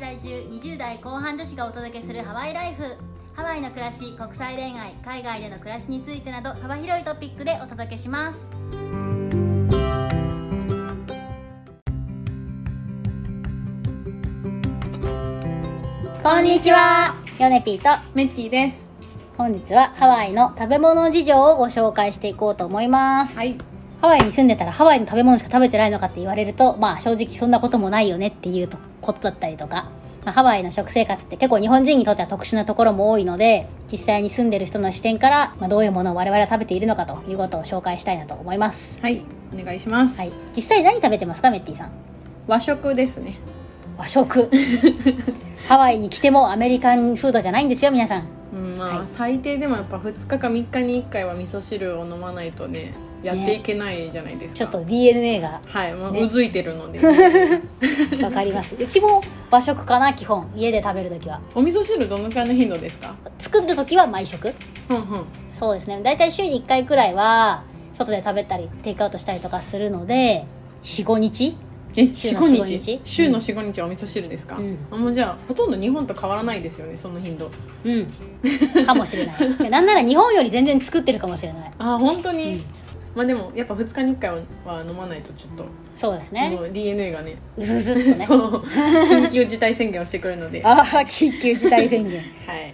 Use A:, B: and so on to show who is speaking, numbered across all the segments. A: 20代後半女子がお届けするハワイライフハワイの暮らし国際恋愛海外での暮らしについてなど幅広いトピックでお届けしますこんにちはヨネピーと
B: メッティです。
A: 本日はハワイの食べ物事情をご紹介していこうと思います、
B: い。
A: ハワイに住んでたらハワイの食べ物しか食べてないのかって言われるとまあ正直そんなこともないよねっていうとことだったりとか、まあ、ハワイの食生活って結構日本人にとっては特殊なところも多いので実際に住んでる人の視点から、まあ、どういうものを我々は食べているのかということを紹介したいなと思います、
B: はい。お願いします。
A: はい、実際何食べてますかメッティさん
B: 和食ですね。
A: 和食ハワイに来てもアメリカンフードじゃないんですよ皆さん
B: うん、まあ、
A: はい
B: 最低でもやっぱ2日か3日に1回は味噌汁を飲まないとね、やっていけないじゃないですか。
A: ちょっと DNA が
B: はい、もう、
A: ね
B: うずいてるの で。
A: わかりますうちも和食かな基本家で食べるときは
B: お味噌汁どのくらいの頻度ですか
A: 作るときは毎食
B: ふんふん。
A: そうですね大体週に1回くらいは外で食べたりテイクアウトしたりとかするので45日
B: え、
A: 週
B: 4、5
A: の4-5日
B: 日週の4、5日はお味噌汁ですか、
A: うん
B: あもうじゃあ、ほとんど日本と変わらないですよね、その頻度。
A: うんかもしれないでなんなら日本より全然作ってるかもしれない
B: あ、本当に、
A: うん
B: まあでも、やっぱ2日に1回は飲まないとちょっと、
A: そうです
B: も
A: ね
B: う DNA がね、
A: うずうずっとね
B: そう、緊急事態宣言をしてくるので。は
A: ああ緊急事態宣言
B: い
A: わ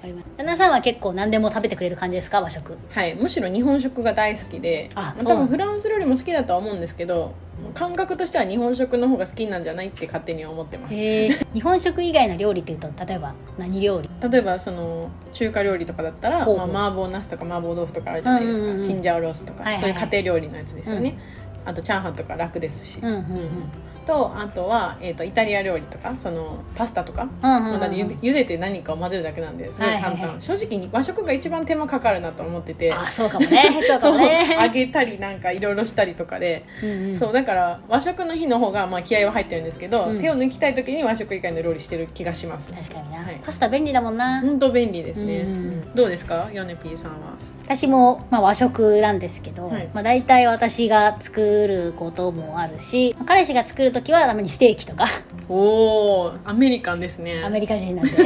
A: か。ります旦那さんは結構何でも食べてくれる感じですか和食
B: はい、むしろ日本食が大好きで
A: あ
B: ま
A: そう
B: あ、
A: な
B: 多
A: の
B: 分フランス料理も好きだとは思うんですけど感覚としては日本食の方が好きなんじゃないって勝手には思ってます
A: へえ日本食以外の料理っていうと例えば何料理
B: 例えばその中華料理とかだったら、
A: ほ
B: ま
A: うほ
B: あ、
A: う
B: 麻婆茄子とか麻婆豆腐とかあるじゃないですか、
A: うんうんうん
B: チンジャオロースとか、
A: はいはいはい
B: そういう家庭料理のやつですよね、あとチャーハンとか楽ですし、
A: うんうんうん
B: とあとは、えー、とイタリア料理とかそのパスタとか、
A: うんうん
B: ま
A: う
B: あ
A: ん
B: だってゆで茹でて何かを混ぜるだけなんですごい簡単、
A: はいはいは
B: 正直に和食が一番手間かかるなと思ってて
A: ああそうかもねそうか も
B: そう揚
A: ね
B: げたりなんかいろいろしたりとかで、
A: うんうん
B: そうだから和食の日の方がまあ気合は入ってるんですけど、
A: うん
B: 手を抜きたい時に和食以外の料理してる気がします
A: 確かにな、
B: はい
A: パスタ便利だもんな、
B: 本当便利ですね、
A: うんうんう
B: どうですかヨネピーさんは
A: 私も、まあ、和食なんですけど、
B: はい
A: まあ、大体私が作ることもあるし彼氏が作る時はたまにステーキ とか
B: おおアメリカンですね
A: アメリカ人なんで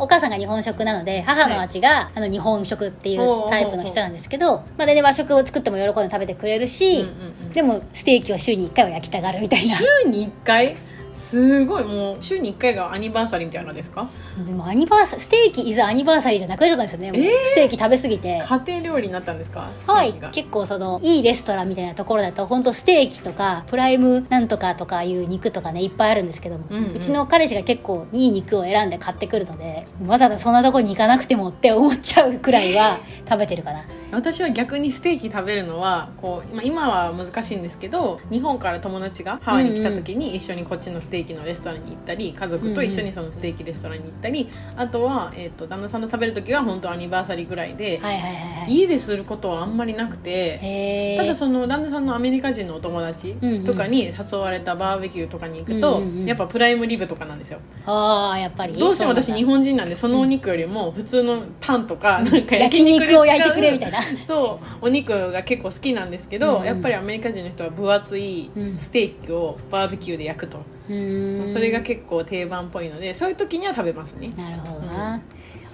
A: お母さんが日本食なので母の味が、あの日本食っていうタイプの人なんですけど、まあ、で和食を作っても喜んで食べてくれる
B: う
A: し、
B: んうんうん
A: でもステーキは週に1回は焼きたがるみたいな
B: 週に1回すごいもう週に1回がアニバーサリーみたいなのですか
A: でもアニバーサステーキいざアニバーサリーじゃなくなっちゃったんですよね、もう
B: えー
A: ステーキ食べ過ぎて
B: 家庭料理になったんですか
A: ハワ
B: ス
A: イ
B: テーキが
A: 結構そのいいレストランみたいなところだと本当ステーキとかプライムなんとかとかいう肉とかねいっぱいあるんですけども、
B: う
A: うん
B: うん
A: ちの彼氏が結構いい肉を選んで買ってくるのでわざわざそんなとこに行かなくてもって思っちゃうくらい は食べてるかな
B: 私は逆にステーキ食べるのはこう、まあ、今は難しいんですけど日本から友達がハワイに来た時に一緒にこっちのステーキのレストランに行ったり家族と一緒にそのステーキレストランに行ったりあとは、えっと旦那さんと食べる時は本当アニバーサリーぐらいで
A: はいはいはいはい
B: 家ですることはあんまりなくて。
A: へ
B: ただ
A: え
B: その旦那さんのアメリカ人のお友達とかに誘われたバーベキューとかに行くと、
A: うんうんうん
B: やっぱプライムリブとかなんですよ
A: ああやっぱり
B: どうしても私
A: そう
B: 日本人なんでそのお肉よりも普通のタンとかなんか
A: 焼肉を焼いてくれみ
B: い
A: たいな
B: そうお肉が結構好きなんですけど、
A: うん
B: やっぱりアメリカ人の人は分厚い
A: うん
B: ステーキをバーベキューで焼くと、
A: うーん
B: それが結構定番っぽいのでそういう時には食べますね
A: なるほどな、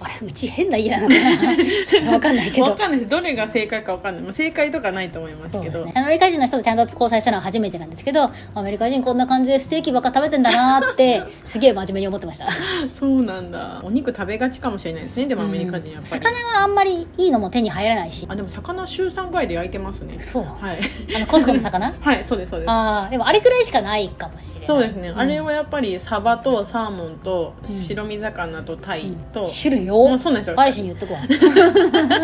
A: あれうち変な家な のかなちょっとわかんないけど
B: 分かんないですどれが正解か分かんないまあ正解とかないと思います
A: そう
B: け
A: で
B: ど
A: すね、アメリカ人の人とちゃんと交際したのは初めてなんですけどアメリカ人こんな感じでステーキばっか食べてんだなーって すげえ真面目に思ってました
B: そうなんだお肉食べがちかもしれないですねでもアメリカ人やっぱり、
A: 魚はあんまりいいのも手に入らないし
B: あでも魚週3ぐらいで焼いてますね
A: そうあ
B: はい
A: のコスコの魚
B: はい そうですそうです
A: ああでもあれくらいしかないかもしれない
B: そうですね、
A: ん
B: あれはやっぱりサバとサーモンと
A: うん
B: 白身魚とタイと、
A: うん種
B: も
A: 類を
B: うそうなんですよ
A: 彼氏に言っとくわリ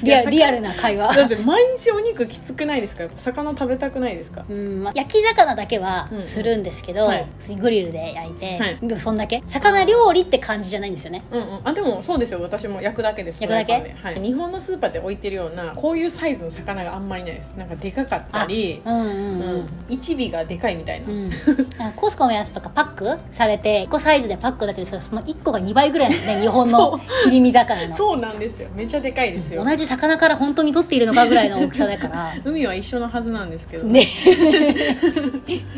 B: いや
A: ア
B: 魚
A: リアルな会
B: だっ
A: 話
B: て毎日お肉きつくないですか魚食べたくないですか
A: うんまあ焼き魚だけは
B: うん
A: するんですけど、
B: はい
A: グリルで焼いて、
B: はい
A: でもそんだけ魚料理って感じじゃないんですよね
B: うんうんあでもそうですよ私も焼くだけです
A: 焼くだけ
B: フライパンではい、日本のスーパーで置いてるようなこういうサイズの魚があんまりないですなんかでかかったり
A: うんうん、うん
B: 1尾がでかいみたいな、
A: うん、あ コスコのやつとかパックされて1個サイズでパックだけですけどその1個が2倍ぐらいなんですね日本の切り身魚の
B: そうなんですよめっちゃでかいですよ
A: 同じ魚から本当に取っているのかぐらいの大きさだから
B: 海は一緒のはずなんですけど、
A: ね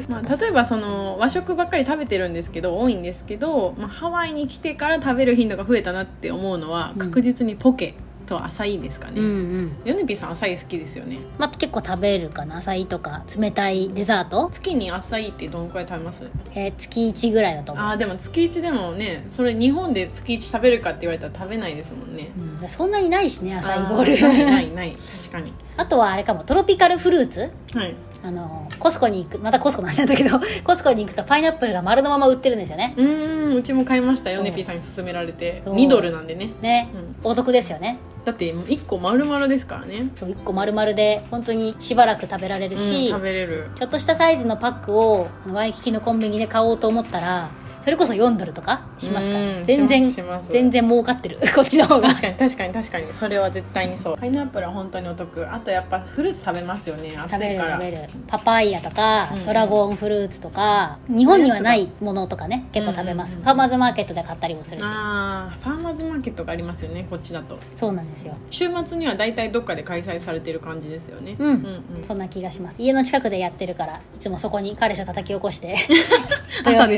B: まあ、例えばその和食ばっかり食べてるんですけど多いんですけど、まあ、ハワイに来てから食べる頻度が増えたなって思うのは
A: うん
B: 確実にポケとアサイですかね、
A: うんうん
B: ヨネピーさんアサイ好きですよね
A: まあ結構食べるかなアサイとか冷たいデザート、
B: 月にアサイってどのくらい食べます
A: えー月1ぐらいだと思う
B: あーでも月1でもねそれ日本で月1食べるかって言われたら食べないですもんね
A: うん、そんなにないしねアサイボ
B: あない
A: ー
B: な
A: ル
B: いない確かに
A: あとはあれかもトロピカルフルーツ
B: はい
A: あのコスコに行くまたコスコの話なんだけど コスコに行くとパイナップルが丸のまま売ってるんですよね
B: うーんうちも買いました
A: そう
B: ヨネピーさんに勧められて
A: そう
B: 2ドルなんでね、
A: ね
B: うん、
A: お得ですよね
B: だって1個丸々ですからね
A: そう1個丸々で本当にしばらく食べられる
B: うん
A: し、
B: 食べれ る
A: ちょっとしたサイズのパックをワイキキのコンビニで買おうと思ったらそれこそ4ドルとかしますか
B: う
A: ら
B: ん
A: 全然
B: しますします
A: 全然儲かってる こっちの方が
B: 確かに 確かに確かにそれは絶対にそうパイナップルは本当にお得あとやっぱフルーツ食べますよね暑
A: 食べ
B: い
A: る
B: から
A: 食べるパパイヤとか、
B: うん
A: ドラゴンフルーツとか日本にはないものとかね結構食べます、
B: うん
A: ファーマーズマーケットで買ったりもするし
B: あーファーマーズマーケットがありますよねこっちだと
A: そうなんですよ
B: 週末には大体どっかで開催されてる感じですよね
A: うん
B: うんうん、
A: そんな気がします家の近くでやってるからいつもそこに彼氏を叩き起こして
B: 朝ですもんね
A: 土曜日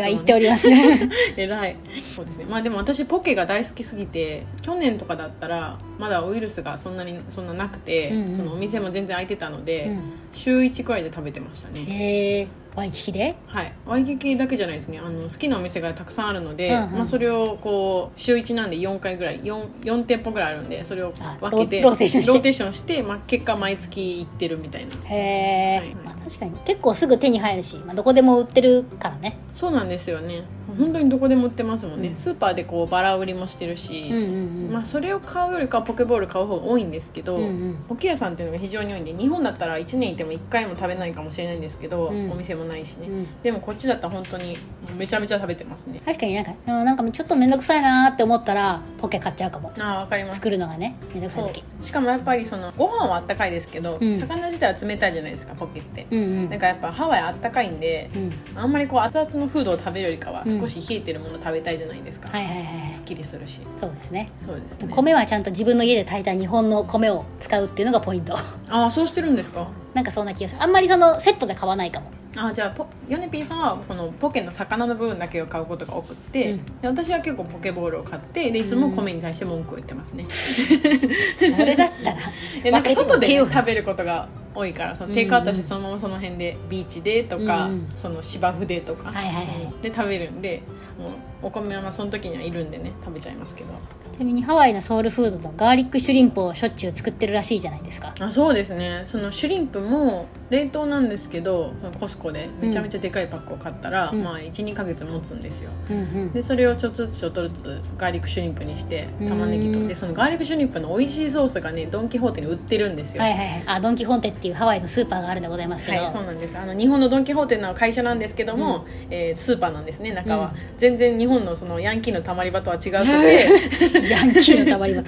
A: は行っております
B: 偉いそうですねまあでも私ポケが大好きすぎて去年とかだったらまだウイルスがそんなにそんななくて、
A: うんうん
B: そのお店も全然開いてたので、
A: うん
B: 週1くらいで食べてましたね
A: へえワイキキで
B: はいワイキキだけじゃないですねあの好きなお店がたくさんあるので、
A: うんうん
B: まあ、それをこう週1なんで4回ぐらい 4, 4店舗ぐらいあるんでそれを
A: あ
B: 分けて
A: ローローテーションして
B: ローテーションしてまあ、結果毎月行ってるみたいな
A: へえ、
B: はい
A: まあ、確かに結構すぐ手に入るし、まあ、どこでも売ってるからね
B: そうなんですよね本当にどこでも売ってますもんね、
A: うん
B: スーパーでこうバラ売りもしてるし、
A: うんうんうん、
B: まあ、それを買うよりかはポケボール買う方が多いんですけど、
A: うんうん
B: ポケ屋さんっていうのが非常に多いんで日本だったら1年いても1回も食べないかもしれないんですけど、
A: うん
B: お店もないしね、
A: うん
B: でもこっちだったら本当にめちゃめちゃ食べてますね
A: 確かになんかうんなんかちょっと面倒くさいなーって思ったらポケ買っちゃうかも
B: ああわかります
A: 作るのがね面倒くさ
B: そ
A: い時
B: うしかもやっぱりそのご飯はあったかいですけど、
A: うん
B: 魚自体は冷たいじゃないですかポケって、
A: うんうん
B: なんかやっぱハワイあったかいんで
A: うん
B: あんまりこう熱々のフードを食べるよりかは
A: うん
B: 少し冷えてるもの食べたいじゃないですか、
A: はいはいはいは
B: す
A: い
B: っきりするし
A: そうですね
B: そうですね
A: 米はちゃんと自分の家で炊いた日本の米を使うっていうのがポイント
B: ああそうしてるんですか
A: なんかそんな気がするあんまりそのセットで買わないかも
B: あーじゃあポヨネピーさんはこのポケの魚の部分だけを買うことが多くって、
A: うん
B: で私は結構ポケボールを買ってでいつも米に対して文句を言ってます ね、
A: それだっ たら
B: でなんか外でね、
A: 分けて
B: 食べることが多いからそのテイクアウトしてそのままその辺でビーチでとか、
A: うんうん
B: その芝生でとか、
A: はいはいはい
B: で食べるんでもうお米はまあその時にはいるんでね食べちゃいますけど
A: ちなみにハワイのソウルフードとガーリックシュリンプをしょっちゅう作ってるらしいじゃないですか
B: あそうですねそのシュリンプも冷凍なんですけどそのコスコでめちゃめちゃでかいパックを買ったら、
A: うん
B: まあ12ヶ月持つんですよ
A: うんうん
B: でそれをちょっとずつちょっとずつガーリックシュリンプにして
A: うん
B: 玉ねぎとでそのガーリックシュリンプの美味しいソースがねドン・キホーテに売ってるんですよ
A: はいはいはいあドン・キホーテっていうハワイのスーパーがあるんでございますけど、
B: はいそうなんですあの日本のドン・キホーテの会社なんですけども、えースーパーなんですね中は、全然日本のそのヤンキーのたまり場とは違うくて
A: ヤンキーのた まり場、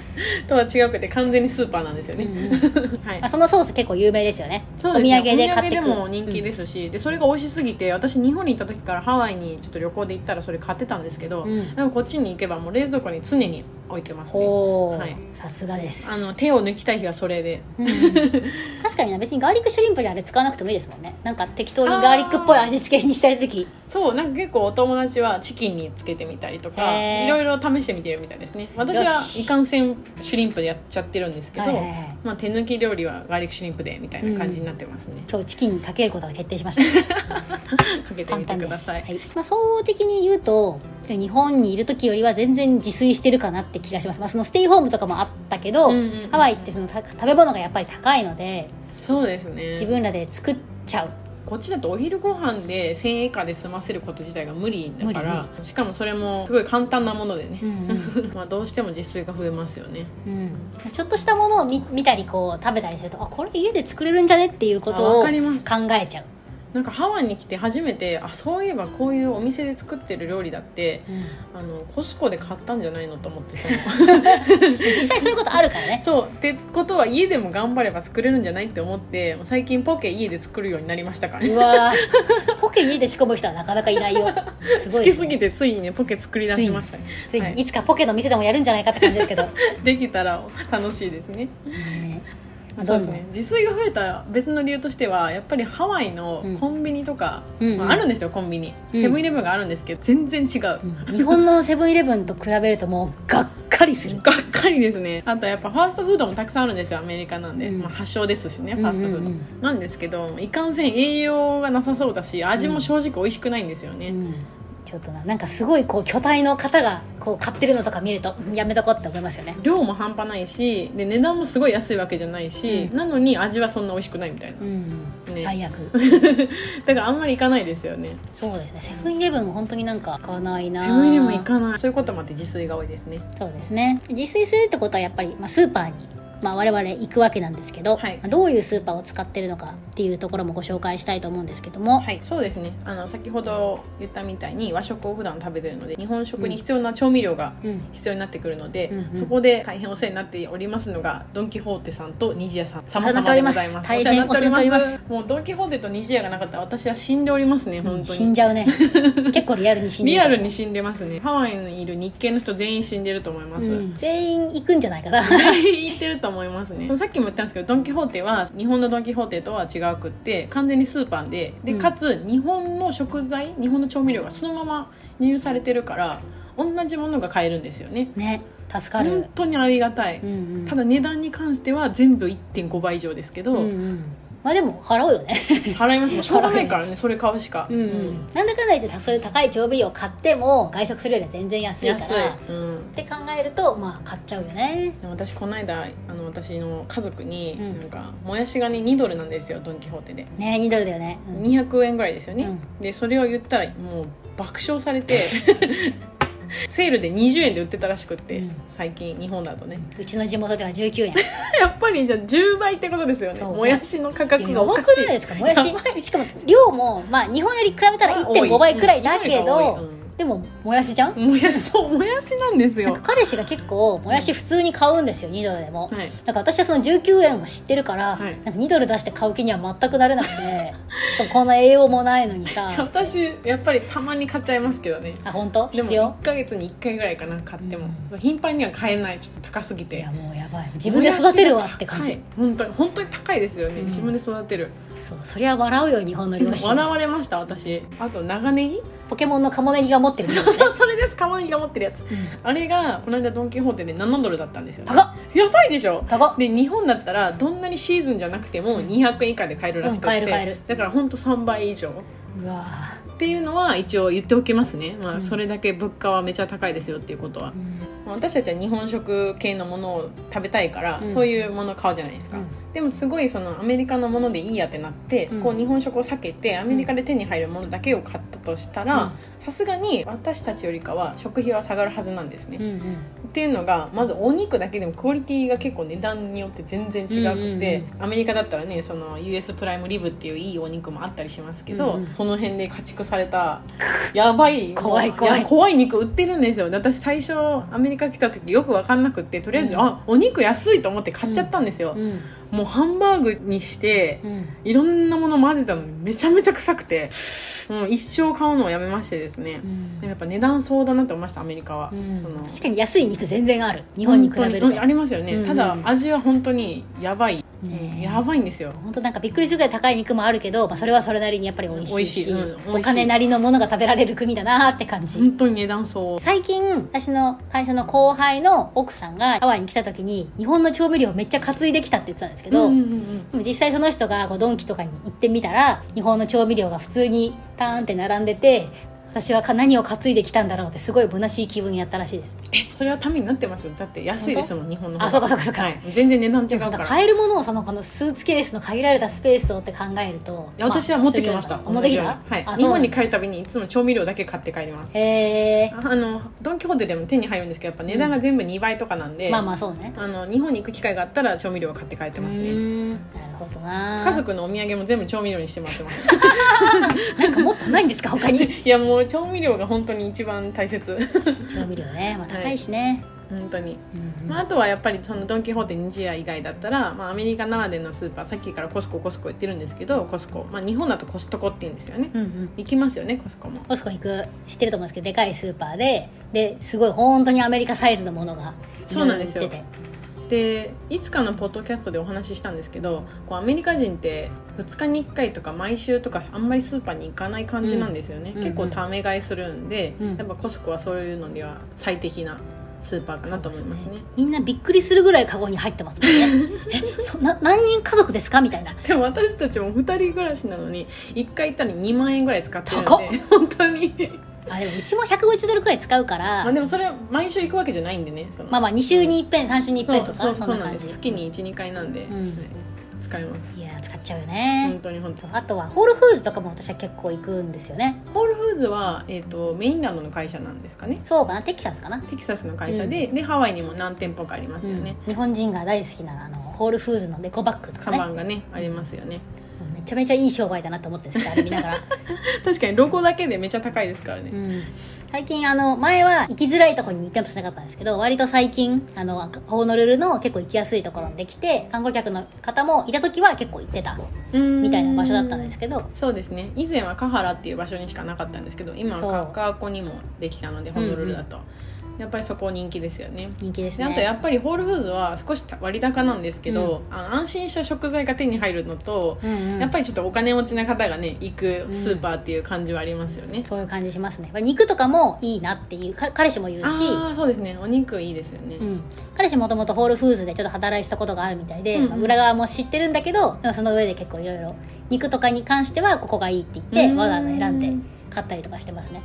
B: とは違くて完全にスーパーなんですよ
A: うん
B: ね、
A: うん
B: はい
A: あそのソース結構有名ですよね
B: そう
A: お
B: です
A: 土
B: ね
A: 産で買って
B: お
A: く
B: 土産でも人気ですし、でそれが美味しすぎて私日本に行った時からハワイにちょっと旅行で行ったらそれ買ってたんですけど、
A: うんうん
B: でもこっちに行けばもう冷蔵庫に常に置いてますね
A: ほう、
B: はい
A: さすがです
B: あの手を抜きたい日はそれで
A: うんうん 確かにな別にガーリックシュリンプにあれ使わなくてもいいですもんねなんか適当にガーリックっぽい味付けにしたい時
B: そうなんか結構お友達はチキンにつけてみたりとか
A: へー
B: いろいろ試してみてるみたいですね私
A: よ
B: は
A: し
B: いかんせんシュリンプでやっちゃってるんですけど、
A: はいはいはい
B: まあ、手抜き料理はガーリックシュリンプでみたいな感じになってますね、
A: 今日チキンにかけることが決定し ました
B: かけて
A: 簡
B: みて
A: 単
B: く
A: で
B: だ
A: す、
B: さ
A: はいいまあ、総合的に言うと日本にいる時よりは全然自炊してるかなって気がします、まあ、そのステイホームとかもあったけ
B: う
A: ど、
B: んうんうん
A: ハワイってそのた食べ物がやっぱり高いので
B: そうですね
A: 自分らで作っちゃう
B: こっちだとお昼ご飯で1000円以下で済ませること自体が無理だから
A: 無
B: しかもそれもすごい簡単なものでね
A: う、ん、
B: まあどうしても自炊が増えますよね
A: うんうん、ちょっとしたものを見見たりこう食べたりするとあこれ家で作れるんじゃねっていうこ
B: あ
A: と
B: わ
A: を考
B: かります
A: えちゃう
B: なんかハワイに来て初めてあそういえばこういうお店で作ってる料理だってあのコスコで買ったんじゃないのと思ってその
A: 実際そういうことあるからね
B: そうってことは家でも頑張れば作れるんじゃないって思って最近ポケ家で作るようになりましたから、
A: う
B: ね、
A: わーポケ家で仕込む人はなかなかいないよすご
B: 好
A: い
B: き
A: です
B: す
A: ね、
B: ぎてついにねポケ作り出しましたね
A: つい
B: はい
A: にいつかポケの店でもやるんじゃないかって感じです けど、
B: できたら楽しいですね
A: ねまあ
B: そ
A: ど
B: うんです
A: どん
B: ね自炊が増えた別の理由としてはやっぱりハワイのコンビニとか、
A: うん
B: まあ、あるんですよコンビニ、
A: うん
B: セブンイレブンがあるんですけど全然違う、
A: うん日本のセブンイレブンと比べるともうがっかりする
B: がっかりですねあとやっぱファーストフードもたくさんあるんですよアメリカなんで、
A: うん
B: まあ、発祥ですしねファーストフード、
A: うんうんう
B: なんですけどいかんせん栄養がなさそうだし味も正直美味しくないんですよね、
A: うんちょっとななんかすごいこう巨体の方がこう買ってるのとか見るとうんやめとこうって思いますよね
B: 量も半端ないしで値段もすごい安いわけじゃないし、
A: うん
B: なのに味はそんな美味しくないみたいな
A: うん、
B: ね
A: 最悪
B: だからあんまり行かないですよね
A: そうですねセブンイレブン本当になんか買わないな
B: セブンイレブン行かないそういうこともあって自炊が多いですね
A: そうですね自炊するってことはやっぱり、まあ、スーパーに、まあ、我々行くわけなんですけど、
B: はい
A: まあどういうスーパーを使ってるのかっていうところもご紹介したいと思うんですけども、
B: はい、そうですねあの先ほど言ったみたいに和食を普段食べてるので日本食に必要な調味料が
A: うん、
B: 必要になってくるので、
A: うんうん
B: そこで大変お世話になっておりますのがドン・キホーテさんと虹屋さん様
A: 世話になっております大変お世話になっております
B: もうドン・キホーテと虹屋がなかったら私は死んでおりますね
A: う
B: 本
A: ん
B: 当
A: 死
B: に、
A: んじゃう ね結構リアルに死んで
B: リ
A: る
B: アルに死んでますねハワイにいる日系の人全員死んでると思います、
A: うん全員行くんじゃないかな
B: 全員言ってると思います ねさっきも言ったんですけどドン・キホーテは日本のドン・キホーテとは違くって完全にスーパーでで
A: うん
B: かつ日本の食材日本の調味料がそのまま輸入されてるから同じものが買えるんですよね
A: ね助か
B: 本
A: る、
B: 当にありがたい、
A: うんうん、
B: ただ値段に関しては全部1.5倍以上ですけど、
A: うんうん、まあでも払うよね
B: 払いますも んしょうがないからねそれ買うしか、
A: うん、なんだかんだ言ってそういう高い調味料を買っても外食するよりは全然安いから
B: 安い、うん
A: って考えるとまあ買っちゃうよね
B: でも私この間あの私の家族に、
A: うん
B: なんかもやしがね2ドルなんですよドン・キホーテで
A: ね2ドルだよね、うん
B: 200円ぐらいですよね、
A: う
B: でそれを言ったらもう爆笑され てセールで20円で売ってたらしくって、
A: うん
B: 最近日本だとね
A: うちの地元では19円
B: やっぱりじゃあ10倍ってことですよね
A: そうね
B: もやしの価
A: いや
B: 格が
A: や
B: お
A: ば
B: か
A: く
B: し
A: ない
B: い
A: ですかもやし
B: やば
A: しかも量も、まあ、日本より比べたら1.5倍くらいだけ
B: 多い
A: ど、
B: うん
A: でももやしじゃん
B: もやしそうもやしなんです
A: なん
B: よ
A: か彼氏が結構もやし普通に買うんですよ2ドルでも、
B: はい
A: だから私はその19円を知ってるから、
B: はい
A: なんか2ドル出して買う気には全くなれなくてしかもこんな栄養もないの にさ
B: 私やっぱりたまに買っちゃいますけどね
A: あ本当
B: でも
A: 必要
B: 1か月に1回ぐらいかな買っても
A: うん、
B: そう頻繁には買えないちょっと高すぎ
A: い
B: て
A: やもうやばい自分で育てるわって感じ、
B: はい本当に本当に高いですよね、
A: うん
B: 自分で育てる
A: そうそりゃ笑うよ日本の両親
B: 笑われました私あと長ネギ
A: ポケモンのカモネギが持ってるんですね
B: そうそれですカモネギが持ってるやつ
A: うん
B: あれがこの間ドン・キホーテで7ドルだったんですよ、ね、
A: 高っ
B: やばいでしょ
A: 高っ
B: で日本だったらどんなにシーズンじゃなくても200円以下で買えるらしくて、
A: うん買える買える
B: だから本当3倍以上
A: うわー
B: っていうのは一応言っておきますね、ま
A: う
B: あ、
A: ん
B: それだけ物価はめちゃ高いですよっていうことは、
A: うん
B: まあ私たちは日本食系のものを食べたいから、
A: うん
B: そういうものを買うじゃないですか、
A: うん
B: でもすごいそのアメリカのものでいいやってなって、
A: うん
B: こう日本食を避けてアメリカで手に入るものだけを買ったとしたらさすがに私たちよりかは食費は下がるはずなんですね、
A: うんう
B: っ
A: ん
B: ていうのがまずお肉だけでもクオリティが結構値段によって全然違くて、
A: うんうん
B: アメリカだったらねその US プライムリブっていういいお肉もあったりしますけど、
A: うんうん
B: その辺で家畜され たやばい
A: 怖い
B: もう
A: 怖い
B: や怖い肉売ってるんですよで私最初アメリカ来た時よく分かんなくってとりあえず、
A: うん
B: あお肉安いと思って買っちゃったんですよ、
A: うん
B: もうハンバーグにして
A: うん
B: いろんなもの混ぜたのにめちゃめちゃ臭くて、もう一生買うのをやめましてですね、
A: うん
B: やっぱ値段相だなって思いましたアメリカは、
A: うん
B: その
A: 確かに安い肉全然ある日本に比べると
B: 本当にうんありますよね、
A: うんうん
B: ただ味は本当にやばい、
A: ねえ
B: やばいんですよ
A: 本当なんかびっくりするぐらい高い肉もあるけど、まあ、それはそれなりにやっぱり美味しいし
B: 美味しいうん美味しい
A: お金なりのものが食べられる国だなって感じ、
B: 本当に値段相
A: 最近私の会社の後輩の奥さんがハワイに来た時に日本の調味料めっちゃ担いできたって言ってたんですけど、
B: うんうんうん
A: でも実際その人がこうドンキとかに行ってみたら日本の調味料が普通にターンって並んでて私はか何を担いできたんだろうってすごい虚しい気分やったらしいです
B: えそれはためになってますよだって安いですもん日本の方が
A: あそうかそうかそうか
B: はい、全然値段違
A: で
B: う
A: も
B: から
A: 買えるものをそのこのスーツケースの限られたスペースをって考えると
B: いや私は持ってきました、
A: あ持ってきた
B: はい
A: あそう
B: 日本に帰るたびにいつも調味料だけ買って帰ります
A: へえ
B: あのドン・キホーテでも手に入るんですけどやっぱ値段が全部2倍とかなんで、
A: まあまあそうね
B: あの日本に行く機会があったら調味料を買って帰ってます
A: うー
B: ね
A: んなるほどな
B: 家族のお土産も全部調味料にしてもらってます
A: なんかもっとないんですか他に
B: いやもう調味料が本当に一番大切
A: 調味料ね、まあ、高いしね、
B: 本当に、
A: うん
B: まあ、あとはやっぱりそのドン・キホーテ日夜以外だったら、まあ、アメリカならではのスーパーさっきからコスココスコ言ってるんですけどコスコ、まあ、日本だとコストコって言うんですよね
A: うんうん
B: 行きますよねコスコも
A: コスコ行く知ってると思うんですけどでかいスーパーでですごい本当にアメリカサイズのものが
B: そうなんですよ
A: いろいろ売ってて
B: でいつかのポッドキャストでお話ししたんですけどこうアメリカ人って2日に1回とか毎週とかあんまりスーパーに行かない感じなんですよね、
A: うん
B: 結構ため買いするんで、
A: うん
B: やっぱコスコはそういうのには最適なスーパーかなと思いますねで
A: みんなびっくりするぐらいカゴに入ってますも んねえそな何人家族ですかみたいな
B: も私たちも2人暮らしなのに1回行ったら2万円ぐらい使ってるん
A: 高っ
B: で本当に
A: あでもうちも150ドルくらい使うから
B: まあでもそれは毎週行くわけじゃないんでねその
A: まあまあ2週に一遍3週に一遍と
B: そ
A: か
B: うそうそ
A: そ
B: うん
A: な
B: なん
A: 感
B: で
A: じ
B: す月に12回なんで、
A: うん
B: はい使います
A: いや使っちゃうよ
B: 本
A: ね、
B: 当に本当に
A: あとはホールフーズとかも私は結構行くんですよね
B: ホールフーズは、えー、とメインランドの会社なんですかね
A: そうかなテキサスかな、
B: テキサスの会社で,、でハワイにも何店舗かありますよね、
A: うん日本人が大好きなあのホールフーズのデコバッグとか
B: カ
A: ね
B: バンがねありますよね
A: めちゃめちゃいい商売だなと思ってんですけどあれ見ながら、
B: 確かにロゴだけでめちゃ高いですからね、
A: うん最近あの前は行きづらいとこに行ってもしなかったんですけど割と最近あのホーノルルの結構行きやすいところにできて観光客の方もいた時は結構行ってたみたいな場所だったんです
B: け
A: けど
B: どそうですね以前はカハラっていう場所にしかなかったんですけど今
A: そう
B: はカッカーコにもできたのでホノルルだと、やっぱりそこ人気ですよね
A: 人気です
B: で
A: ね
B: あとやっぱりホールフーズは少し割高なんですけど、あの安心した食材が手に入るのと、
A: うんうん
B: やっぱりちょっとお金持ちな方がね行くスーパーっていう感じはありますよね、
A: そういう感じしますね肉とかもいいなっていうか彼氏も言うし
B: ああそうですねお肉いいですよね、
A: うん、彼氏もともとホールフーズでちょっと働いてたことがあるみたいで、
B: うんうん
A: まあ裏側も知ってるんだけどでもその上で結構いろいろ肉とかに関してはここがいいって言っ
B: う
A: て
B: ん
A: わざわざ選んで買ったりとかしてますね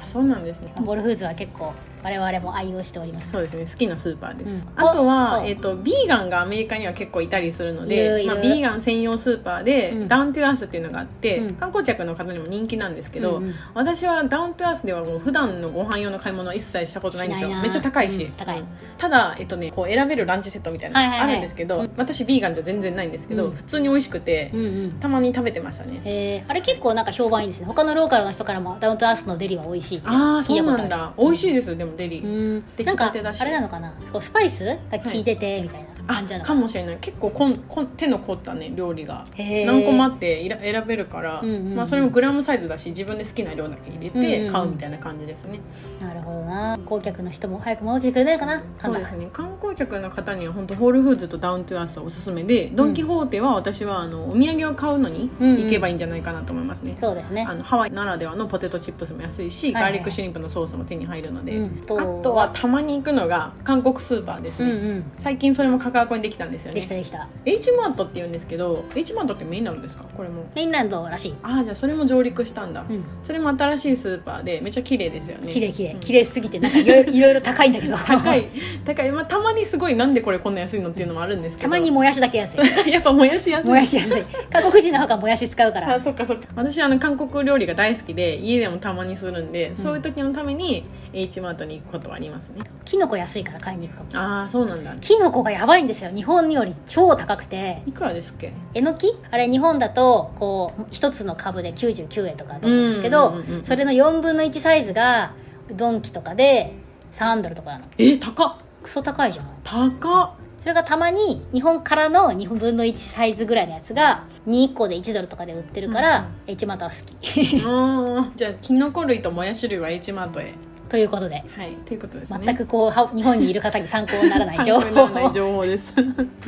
B: あそうなんですね
A: ホールフーズは結構我々も愛用しております
B: そうですね好きなスーパーです、
A: うん
B: あとは
A: お、
B: えっとビーガンがアメリカには結構いたりするの
A: いる
B: で
A: いる
B: まあ、ビーガン専用スーパーで、
A: うん
B: ダウントゥアースっていうのがあって、
A: うん
B: 観光客の方にも人気なんですけ
A: け
B: ど、私はダウントゥアースではもう普段のご飯用の買い物は一切したことないんですよめっちゃ高いし、
A: 高い、
B: ただ、えっとね、こう選べるランチセットみたいな
A: はい
B: の
A: はい
B: あ
A: はい
B: るんですけど、私ビーガンじゃ全然ないんですけど、
A: うん
B: 普通に美味しくて、
A: うんうん
B: たまに食べてましたね
A: えーあれ結構なんか評判いいんですよね他のローカルの人からもダウントゥアースのデリは美味しいって
B: ああ
A: 聞
B: そ
A: いうた
B: な
A: こと
B: ん
A: ある
B: だ美味しいですよでもデリー、
A: うん
B: 出来
A: なん
B: た
A: か
B: てだし
A: あれなのかなこうスパイスが効いててみたいな
B: あ
A: 感じなのか
B: か
A: な、
B: もしれない結構こんこん手の凝ったね料理が
A: へー
B: 何個もあっていら選べるから、
A: うんうんうん
B: まあ、それもグラムサイズだし自分で好きな量だけ入れ
A: うんう
B: て
A: ん
B: 買うみたいな感じですね、
A: なるほどな観光客の人も早く戻ってきてくれないかな
B: そ
A: 簡
B: う
A: 単
B: ですね観光客の方には本当ホールフーズとダウントゥアースはおすすめで、ドン・キホーテは私はあのお土産を買うのに
A: うんうん
B: 行けばいいんじゃないかなと思いますね、
A: そうですね
B: あのハワイならではのポテトチップスも安いし、
A: はいはい
B: ガーリックシュリンプのソースも手に入るので、
A: うん
B: あとはたまに行くのが韓国スーパーです
A: うん
B: ね、
A: うん
B: 最近それもカカアコにできたんですよ
A: できた
B: ね
A: できた
B: H マートって言うんですけど H マートってメインなんですかこれも
A: メインランドらしい、
B: ああじゃあそれも上陸したんだ、
A: うん、
B: それも新しいスーパーでめっちゃ綺麗ですよね
A: 綺麗綺麗
B: うん
A: 綺麗すぎてなんかいろ いろいろいろ高いんだけど
B: 高
A: た
B: い高い、まあ、たまにすごいなんでこれこんな安いのっていうのもあるんですけど
A: まにもやしだけ安い
B: やっぱもやし安い
A: もやし安い 韓国人の方がもやし使うか
B: あ
A: ら
B: そっかそっか私あの韓国料理が大好きで家でもたまにするんで、そういう時のために H マートに行くことはありますね
A: キノコ安いから買いに行くかも
B: ああそうなんだ
A: キノコがやばいんですよ日本より超高くて
B: いくらですっけ
A: えのきあれ日本だとこう一つの株で99円とかだと思うんですけど、
B: うんうんうんうん
A: それの4分の1サイズがドンキとかで3ドルとかなの
B: え高っ
A: クソ高いじゃん
B: 高っ
A: それがたまに日本からの2分の1サイズぐらいのやつが2個で1ドルとかで売ってるか
B: うん
A: ら
B: うん、
A: H マートは好き
B: あーじゃあキノコ類ともやし類は H マートへ
A: ということで
B: はいということですね
A: 全くこうは日本にいる方に参考にならない情報
B: 参考にならない情報です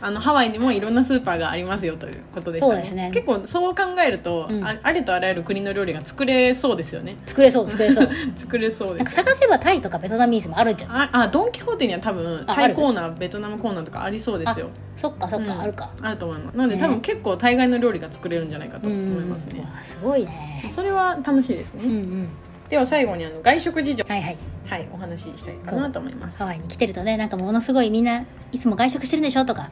B: あのハワイにもいろんなスーパーがありますよということでしたね
A: そうですね
B: 結構そう考えると、
A: うん
B: あありとあらゆる国の料理が作れそうですよね
A: 作れそう作れそう
B: 作れそう
A: なん
B: で
A: か
B: す
A: 探せばタイとかベトナミーズもあるんじゃん
B: ああドン・キホーテには多分
A: あ
B: タ
A: あ
B: イ
A: る
B: コーナーベトナムコーナーとかありそうですよ
A: そっかそっか、
B: うん
A: あるか
B: あると思いますなので、
A: ね
B: 多分結構大概の料理が作れるんじゃないかと思います
A: うんう
B: ね
A: んうわすごいね
B: それは楽しいですね、
A: うんうん
B: では最後にあの外食事情、
A: はいはい
B: はい、お話ししたいかなと思います
A: ハワイに来てるとねなんかものすごいみんないつも外食してるんでしょとか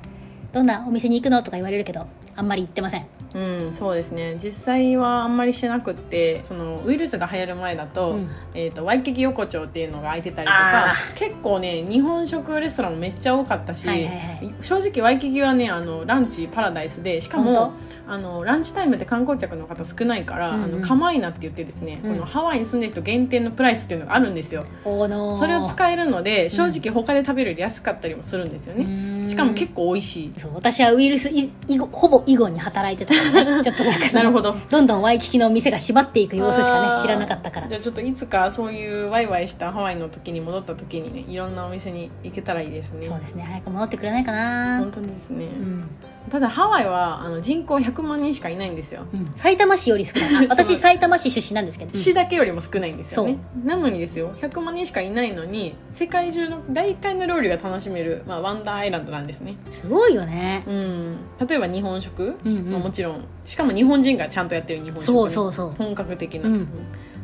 A: どんなお店に行くのとか言われるけどあんまり行ってません
B: うん、そうですね実際はあんまりしてなくってそのウイルスが流行る前だと,、
A: うん
B: えー、とワイキキ横丁っていうのが空いてたりと
A: あ
B: か結構ね日本食レストランもめっちゃ多かったし、
A: はいはいはい
B: 正直ワイキキはねあのランチパラダイスでしかも
A: 本
B: あのランチタイムって観光客の方少ないから、
A: うんうん
B: あのカマイナって言ってですね、
A: うん
B: このハワイに住んでる人限定のプライスっていうのがあるんですよ、
A: おーのー
B: それを使えるので
A: ん
B: 正直他で食べるより安かったりもするんですよね、
A: ね
B: しかも結構美味しい
A: そう私はウイルスい以後ほぼ以後に働いてたから、 ね、ちょっとなんかその
B: なるほど
A: どんどんワイキキの店が閉まっていく様子しか
B: あ
A: ね
B: ー
A: 知らなかったから
B: じゃあちょっといつかそういうワイワイしたハワイの時に戻った時にねいろんなお店に行けたらいいですね
A: そうですね早く戻ってくれないかな
B: 本当にですね、
A: うん、
B: ただハワイはあの人口100万人しかいないんですよ
A: うん、埼玉市より少ないあ
B: そう
A: 私埼玉市出身なんですけど、うん
B: 市だけよりも少ないんですよね、なのにですよ100万人しかいないのに世界中の大体の料理が楽しめる、まあ、ワンダーアイランドなんですね
A: すごいよね
B: うん例えば日本食、
A: うんうん
B: まあもちろんしかも日本人がちゃんとやってる日本食ね、
A: そうそうそう
B: 本格的な、
A: うん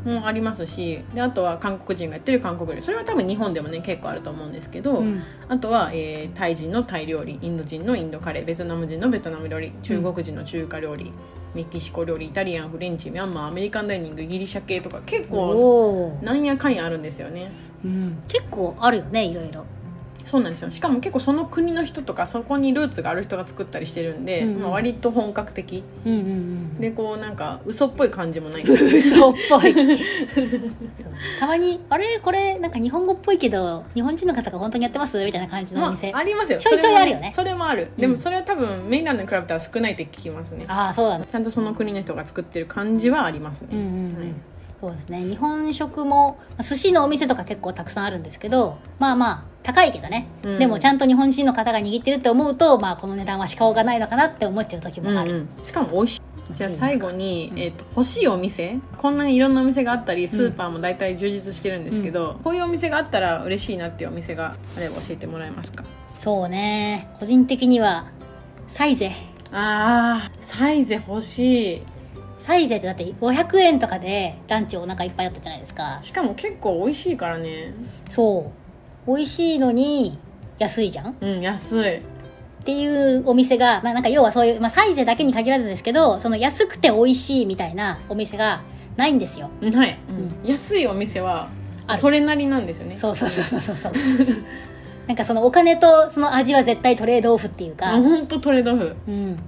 B: もありますしであとは韓国人がやってる韓国料理それは多分日本でもね結構あると思うんですけど、
A: うん
B: あとは、えータイ人のタイ料理インド人のインドカレーベトナム人のベトナム料理中国人の中華料理、メキシコ料理イタリアンフレンチミャンマーアメリカンダイニングギリシャ系とか結構
A: おー
B: なんやかんやあるんですよね
A: うん、結構あるよねいろいろ
B: そうなんですよしかも結構その国の人とかそこにルーツがある人が作ったりしてるんで、
A: うんうん
B: まあ、割と本格的
A: うんうんうん
B: でこうなんか嘘っぽい感じ もない
A: 嘘っぽ いそうたまに「あれこれなんか日本語っぽいけど日本人の方が本当にやってます?」みたいな感じのお店、
B: まあ、ありますよ
A: ちょいちょいあるよね
B: それもある
A: うん
B: でもそれは多分メインランドに比べたら少ないって聞きますね
A: ああそうだね
B: ちゃんとその国の人が作ってる感じはありますね、
A: うんうんう
B: はい
A: んそうですね日本食もまあ寿司のお店とか結構たくさんあるんですけどまあまあ高いけどね、
B: うん
A: でもちゃんと日本人の方が握ってるって思うとまあこの値段はしかがないのかなって思っちゃう時もある、
B: うんうんしかも美味しいじゃあ最後に、
A: うん
B: えっと欲しいお店こんなにいろんなお店があったりスーパーも大体充実してるんですけど、こういうお店があったら嬉しいなっていうお店があれば教えてもらえますか
A: そうね個人的にはサイゼ
B: あーサイゼ欲しい
A: サイゼってだって500円とかでランチお腹いっぱいあったじゃないですか
B: しかも結構美味しいからね
A: そう美味しいのに安いじゃんっ
B: うん安い
A: ていうお店が、まあ、なんか要はそういう、まあ、サイゼだけに限らずですけどその安くて美味しいみたいなお店がないんですよ
B: ない、安いお店は
A: ある
B: それなりなんですよね
A: そうそうそうそうそうそう なんかそのお金とその味は絶対トレードオフっていうか、
B: もう本当トレードオフ
A: うん、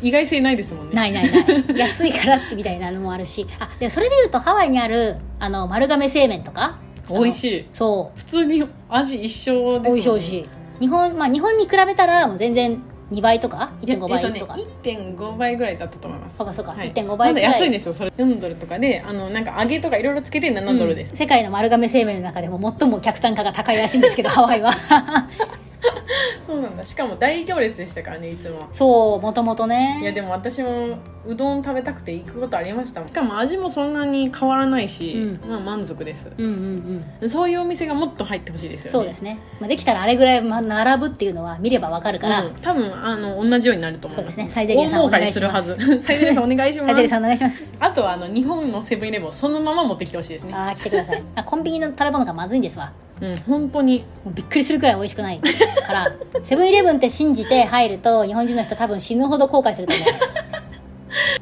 B: 意外性ないですもんね
A: ないないない安いからってみたいなのもあるしあでもそれでいうとハワイにあるあの丸亀製麺とか
B: 美味しい
A: そ
B: 普通に味一緒ですも
A: う
B: んね
A: 美味しい美味しい日本,、まあ、日本に比べたらもう全然2倍とか
B: いや
A: 1.5倍とか、
B: えっとね、1.5倍ぐらいだったと思います
A: そうかそうか
B: はい
A: 1.5倍ぐらい
B: まだ安いんですよそれ4ドルとかであのなんか揚げとかいろいろつけて7ドルです、
A: うん世界の丸亀製麺の中でも最も客単価が高いらしいんです けどハワイは
B: そうなんだしかも大行列でしたからねいつも
A: そうもともとね
B: いやでも私もうどん食べたくて行くことありましたもんしかも味もそんなに変わらないし、
A: う
B: まあ満足です
A: うんうんうん
B: そういうお店がもっと入ってほしいですよね
A: そうですね、まあ、できたらあれぐらいま並ぶっていうのは見ればわかるから、
B: うん、多分あの同じようになると思います
A: そうですねサイゼリヤさんお願いしま
B: 大
A: す
B: 儲かりするはず サイゼリヤさんお願いしま
A: カジリ
B: す
A: さんお願いします
B: あとはあの日本のセブンイレブンをそのまま持ってきてほしいですね
A: ああ来てくださいあコンビニの食べ物がまずいんですわ
B: うん本当に
A: もうびっくりするくらい美味しくないからセブンイレブンって信じて入ると日本人の人多分死ぬほど後悔すると思う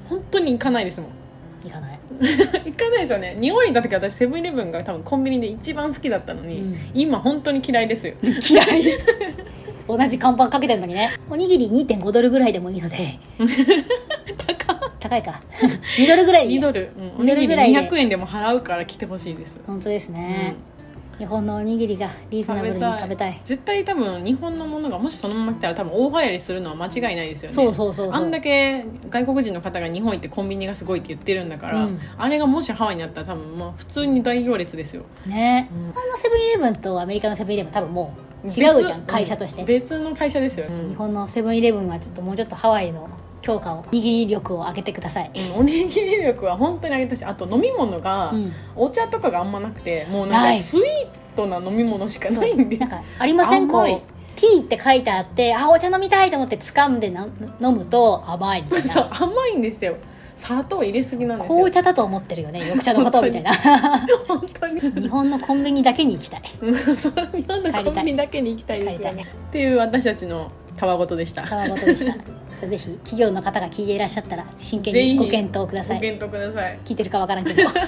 B: 本当に行かないですもん
A: 行かない
B: 行かないですよね日本にいた時私セブンイレブンが多分コンビニで一番好きだったのに、
A: うん
B: 今本当に嫌いですよ
A: 嫌い同じ看板かけてるのにねおにぎり2.5ドルぐらいでもいいので高いか2ドルぐらいでいい
B: 2
A: よ
B: ドル、うん、お
A: 二ド
B: に
A: ル
B: ぎ
A: ぐ
B: り
A: らいで
B: 200円でも払うから来てほしいです、
A: 本当です
B: う
A: ね
B: ん、、
A: 日本のおにぎりがリーズナブルに食べたい
B: 絶対多分日本のものがもしそのまま来たら多分大流行りするのは間違いないですよね
A: そうそうそうそう
B: あんだけ外国人の方が日本行ってコンビニがすごいって言ってるんだから、
A: うん
B: あれがもしハワイにあったら多分まあ普通に大行列ですよ
A: ね、
B: うん
A: 日本のセブンイレブンとアメリカのセブンイレブン多分もう違うじゃん
B: 別
A: 会社として、
B: うん別の会社ですよ、
A: 日本のセブンイレブンはちょっともうちょっとハワイの強化を握り力を上げてください、
B: うんおにぎり力は本当にあげてほしいあと飲み物が、
A: うん
B: お茶とかがあんまなくてもう
A: な
B: なん
A: い
B: かスイートな飲み物しか
A: そう
B: ないんで
A: なんかありませんこ
B: 甘いう
A: 「T」って書いてあってあお茶飲みたいと思って掴んでな飲むと甘いみたい
B: そう
A: な
B: 甘いんですよ砂糖入れすぎなんですよ
A: 紅茶だと思ってるよね緑茶のことみたいな
B: 本当 に
A: 日本のコンビニだけに行きたい
B: うんそう日本のコンビニだけに行きたいですよねっていう私たちのたわごとでした
A: 川本でしたじゃあぜひ企業の方が聞いていらっしゃったら真剣にご検討くださ
B: ご
A: い
B: 検討ください
A: 聞いてるかわからんけど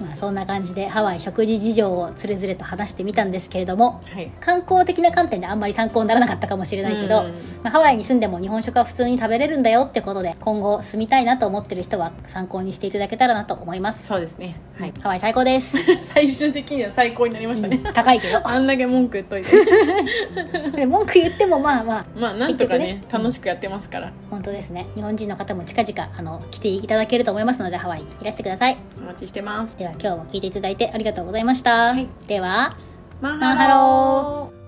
A: まあそんな感じでハワイ食事事情をつれづれと話してみたんですけれども
B: はい
A: 観光的な観点であんまり参考にならなかったかもしれないけど、
B: うん
A: まあ、ハワイに住んでも日本食は普通に食べれるんだよってことで今後住みたいなと思ってる人は参考にしていただけたらなと思います
B: そうですねはい
A: ハワイ最高 です、
B: 最終的には最高になりました
A: う
B: ね、
A: ん高いけど
B: あんだけ文句言っといて
A: で文句言ってもまあまあ
B: まあなんとかね
A: 結局ね
B: 楽しくやってますから
A: 本当ですね日本人の方も近々あの来ていただけると思いますのでハワイいらしてください
B: お待ちしてます
A: では今日も聞いていただいてありがとうございました、では
B: マ
A: ハロー
B: ー